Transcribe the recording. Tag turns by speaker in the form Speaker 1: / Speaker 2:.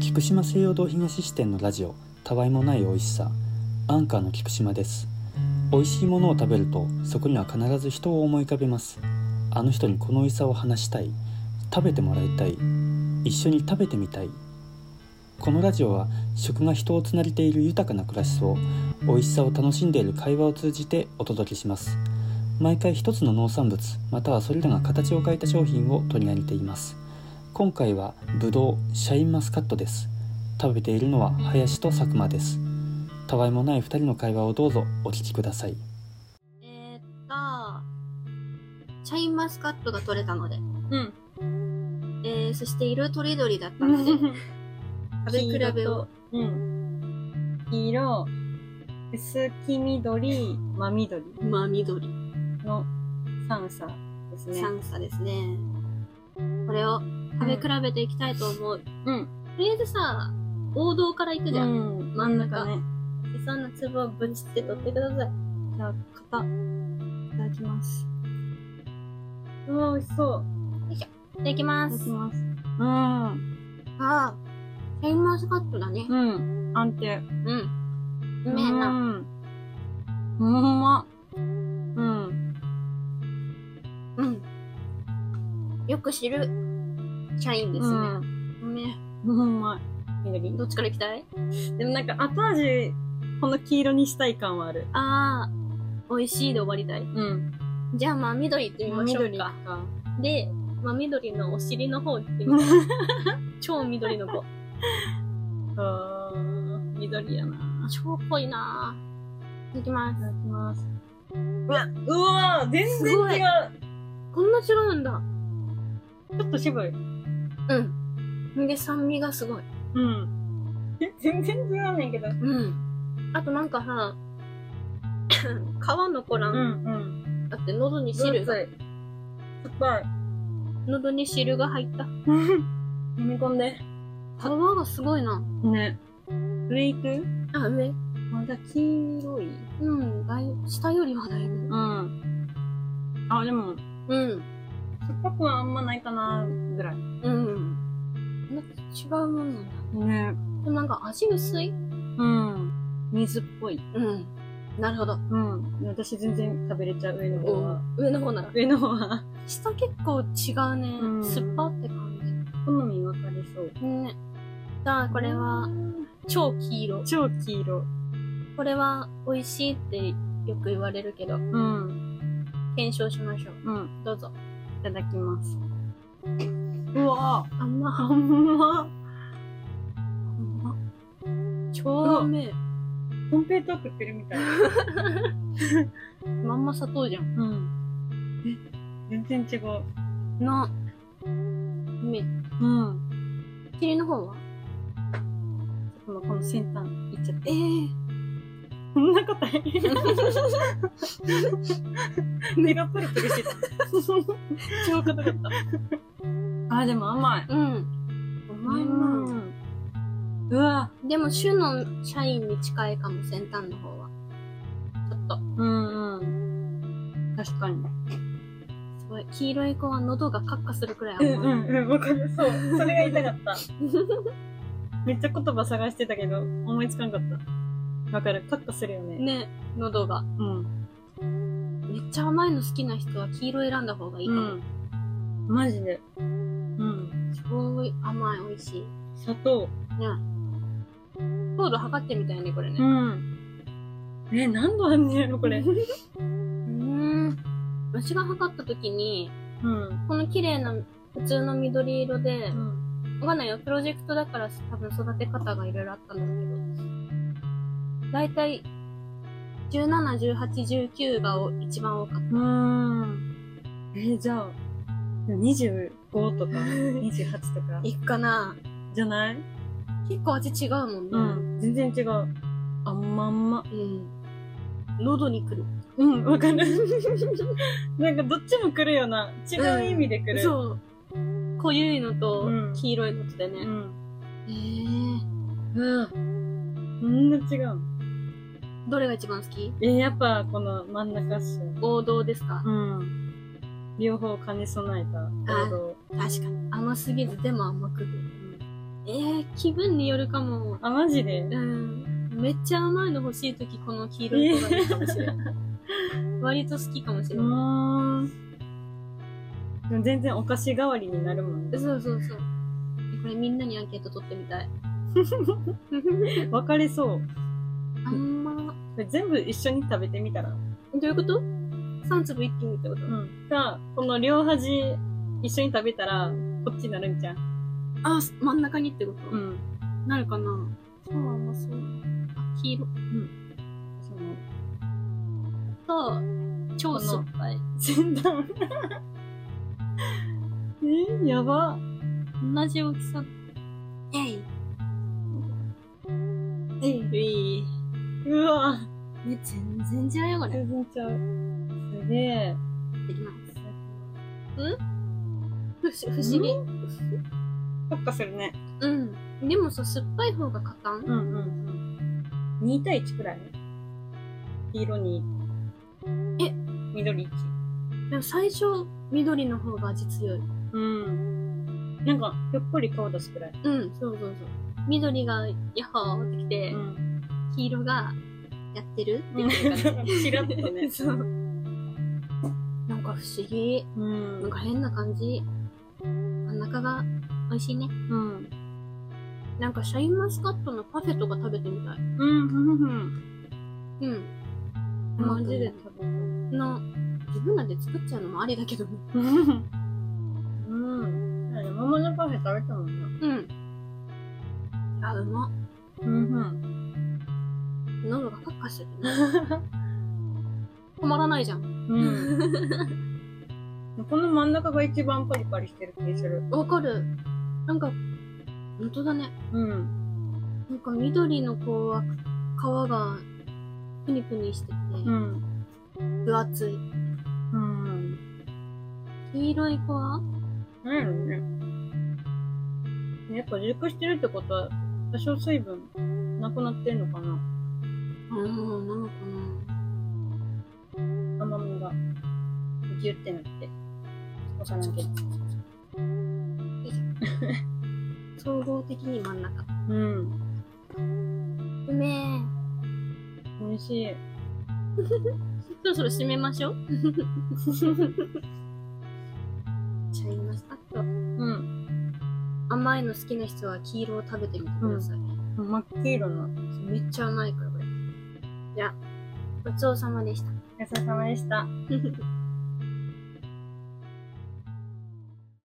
Speaker 1: 福島西洋堂東支店のラジオたわいもない美味しさアンカーの菊島です美味しいものを食べるとそこには必ず人を思い浮かべますあの人にこの美味しさを話したい食べてもらいたい一緒に食べてみたいこのラジオは食が人をつなげている豊かな暮らしを美味しさを楽しんでいる会話を通じてお届けします毎回一つの農産物またはそれらが形を変えた商品を取り上げています今回はブドウシャインマスカットです食べているのは林と佐久間ですたわいもない2人の会話をどうぞお聞きください
Speaker 2: えーっと、シャインマスカットが取れたので、
Speaker 3: うん。
Speaker 2: えー、そして色とりどりだった ので、食べ比べを。
Speaker 3: うん。黄色、薄黄緑、真緑
Speaker 2: まあ、緑、
Speaker 3: の三差ですね。
Speaker 2: 三差ですね。これを食べ比べていきたいと思う。
Speaker 3: うん。
Speaker 2: とりあえずさ、王道から行くじゃん。
Speaker 3: ん
Speaker 2: 真ん中
Speaker 3: ね。
Speaker 2: 小さな粒をぶちって取ってください。
Speaker 3: じゃあ、型。
Speaker 2: いただきます。
Speaker 3: うわ、美味しそう。
Speaker 2: いただき
Speaker 3: い
Speaker 2: ま
Speaker 3: ただ
Speaker 2: す
Speaker 3: き。ます。うん。
Speaker 2: ああ、シャインマスカットだね。
Speaker 3: うん。安
Speaker 2: う
Speaker 3: 定。
Speaker 2: ん。う
Speaker 3: う
Speaker 2: めえな。
Speaker 3: ん。うまっ。うん。
Speaker 2: うん。よく知る社員ですね。うめえ。
Speaker 3: うん。うまい。緑
Speaker 2: どっちから行きたい
Speaker 3: でもなんか後味、この黄色にしたい感はある。
Speaker 2: ああ、美味しいで終わりたい。
Speaker 3: うん。
Speaker 2: じゃあ、まあ、緑行ってみましょう
Speaker 3: 緑
Speaker 2: か
Speaker 3: か。。
Speaker 2: で、まあ、緑のお尻の方行ってみ ましょう超緑の 子。
Speaker 3: あー緑やな。
Speaker 2: 超濃いなぁ。いただきま
Speaker 3: いた
Speaker 2: す。
Speaker 3: だきます。うわ、うわ全然違う。
Speaker 2: こんな違うんだ。
Speaker 3: ちょっと渋い。
Speaker 2: うん。で、酸味がすごい。
Speaker 3: うん。え、全然違うねんけど。
Speaker 2: うん。あとなんかさ、 皮のコラ
Speaker 3: う
Speaker 2: ン、
Speaker 3: ん。
Speaker 2: だって喉に
Speaker 3: 汁
Speaker 2: 汁
Speaker 3: が
Speaker 2: が、
Speaker 3: 酸っぱい。
Speaker 2: 喉に汁が入った。
Speaker 3: 飲み込んで。
Speaker 2: 皮がすごいな。
Speaker 3: ね。上行く
Speaker 2: あ、上。
Speaker 3: まだ黄色い。う
Speaker 2: うん、だい下よりはだいぶ。
Speaker 3: ん。あ、でも、
Speaker 2: うん。
Speaker 3: 酸っぱくはあんまないかな、ぐらい。
Speaker 2: うん。なんか違うもんなんだ。
Speaker 3: ね。
Speaker 2: でもなんか味薄い
Speaker 3: うん。水っぽい。
Speaker 2: うん。なるほど。
Speaker 3: うん。私全然食べれちゃう、上の方は。
Speaker 2: 上の方なら。
Speaker 3: 上の方は。
Speaker 2: 下結構違うね。
Speaker 3: うん
Speaker 2: 酸っぱって感
Speaker 3: 好み分かれそう。
Speaker 2: じ。ね。じゃあこれは、超黄色。
Speaker 3: 超黄色。
Speaker 2: これは美味しいってよく言われるけど、
Speaker 3: うん。
Speaker 2: 検証しましょう。
Speaker 3: うん。
Speaker 2: どうぞ。
Speaker 3: いただきます。うわ
Speaker 2: あんま、
Speaker 3: あんま。
Speaker 2: 超うめえ。
Speaker 3: コンペイトークってるみたい。
Speaker 2: まんま砂糖じゃん。
Speaker 3: うん。え、全然違う。
Speaker 2: な。うめえ。
Speaker 3: うん。
Speaker 2: 霧の方は
Speaker 3: このこの先端いっちゃって。
Speaker 2: ええ
Speaker 3: そんなこと ない。目がプルプルしてた。
Speaker 2: 超硬かった。
Speaker 3: あ、でも甘い。
Speaker 2: うん。
Speaker 3: う
Speaker 2: まいな
Speaker 3: うわ。
Speaker 2: でも、種の社員に近いかも、先端の方は。ちょっと、
Speaker 3: うんうん。確かに。
Speaker 2: すごい。黄色い子は喉がカッカするくらい
Speaker 3: うん
Speaker 2: 甘い。
Speaker 3: うんうん、わかる。そう。それが言いたか った。めっちゃ言葉探してたけど、思いつかんかった。わかる。カッカするよね。
Speaker 2: ね、喉が。
Speaker 3: うん。
Speaker 2: めっちゃ甘いの好きな人は黄色選んだ方がいいうかも。
Speaker 3: ん。マジで。うん。
Speaker 2: 超甘い、美味しい。
Speaker 3: 砂糖。
Speaker 2: 糖度測ってみたいね、これね。
Speaker 3: ん。え、何度あんねやろ、こ れ。う
Speaker 2: うん。私が測った時に、
Speaker 3: ん。
Speaker 2: この綺麗な普通の緑色で、
Speaker 3: うん。
Speaker 2: わかんないよ、プロジェクトだから多分育て方がいろいろあったんだけど、だいたい17、18、19がお一番多かった。
Speaker 3: うん。え、じゃあ、25とか、28と か、
Speaker 2: いくかな
Speaker 3: じゃない
Speaker 2: 結構味違うもん
Speaker 3: う
Speaker 2: ね。
Speaker 3: ん。全然違う。あんまんま。
Speaker 2: うん。喉に来る。
Speaker 3: うん、わかる。なんかどっちも来るよな。違う意味で来る。
Speaker 2: そう。濃ゆいのと
Speaker 3: うん
Speaker 2: 黄色いのとでね。
Speaker 3: ん。
Speaker 2: え
Speaker 3: うん。そんな違う。
Speaker 2: ー、どれが一番好き
Speaker 3: え、やっぱこの真ん中っし
Speaker 2: 王道ですか
Speaker 3: ょ。うん。両方兼ね備えた行動。
Speaker 2: 確かに。甘すぎずでも甘くて。ええー、気分によるかも。
Speaker 3: あ、マジで
Speaker 2: うん。めっちゃ甘いの欲しいとき、この黄色い子がいいかもしれない。割と好きかもしれな
Speaker 3: あーでも全然お菓子代わりになるもん
Speaker 2: い。
Speaker 3: ね。
Speaker 2: そうそうそう。これみんなにアンケート取ってみたい。
Speaker 3: 分かれそう。
Speaker 2: あんま、
Speaker 3: これ全部一緒に食べてみたら。
Speaker 2: どういうこと ?3 粒一気にってこと
Speaker 3: うん。が、この両端一緒に食べたら、こっちになるんじゃん。
Speaker 2: あ、真ん中にってこと
Speaker 3: ん。
Speaker 2: なるかなそうはあんまそう。あ、黄色
Speaker 3: その、
Speaker 2: と、超酸っぱい。
Speaker 3: 前段。えー、やば。
Speaker 2: 同じ大きさ。えい。えい。
Speaker 3: うわ。
Speaker 2: ね、全然違うよ、これ。
Speaker 3: 全然ちゃう。すげえ。
Speaker 2: できます。不思不思議。
Speaker 3: そっかするね。
Speaker 2: うん。でもさ、酸っぱい方が加担
Speaker 3: うんうんうん。2対1くらい黄色に。
Speaker 2: え
Speaker 3: 緑1。
Speaker 2: でも最初、緑の方が味強い。
Speaker 3: うん。なんか、ひょっこり顔出すくらい。
Speaker 2: うん、そうそうそう。緑が、ヤッホーってきて、
Speaker 3: ん。
Speaker 2: 黄色が、やってるっていう感じ。
Speaker 3: ちらっとね。
Speaker 2: そう。なんか不思議。
Speaker 3: うん
Speaker 2: なんか変な感じ。真ん中が美味しいね。
Speaker 3: うん。
Speaker 2: なんかシャインマスカットのパフェとか食べてみたい。
Speaker 3: うん、うん、
Speaker 2: うん。
Speaker 3: うん。マジで食べた
Speaker 2: の、自分らで作っちゃうのもありだけどね。
Speaker 3: うん。山桃のパフェ食べたもんな。
Speaker 2: うん。あ、うまっ。
Speaker 3: うん、うん。
Speaker 2: 喉がカッカしてるね。止まらないじゃん。
Speaker 3: うん。この真ん中が一番パリパリしてる気する。
Speaker 2: わかる。なんか、本当だね。
Speaker 3: うん。
Speaker 2: なんか緑の子は皮がプニプニしてて、
Speaker 3: ん。
Speaker 2: 分厚い。
Speaker 3: うん。
Speaker 2: 黄色い子は
Speaker 3: なんやろね。やっぱ熟してるってことは、多少水分なくなってんのかな
Speaker 2: うん、なのかな。
Speaker 3: 甘みが。ギュってなって。お皿に。
Speaker 2: 総合的に真ん中。
Speaker 3: うん。
Speaker 2: うめえ。
Speaker 3: 美味しい。
Speaker 2: そろそろ締めましょう。シャインマスカット。
Speaker 3: うん。
Speaker 2: 甘いの好きな人は黄色を食べてみてください。
Speaker 3: 真っ黄色の。
Speaker 2: めっちゃ甘いからこれ。じゃあ、ごちそうさまでした。
Speaker 3: ごちそうさまでした。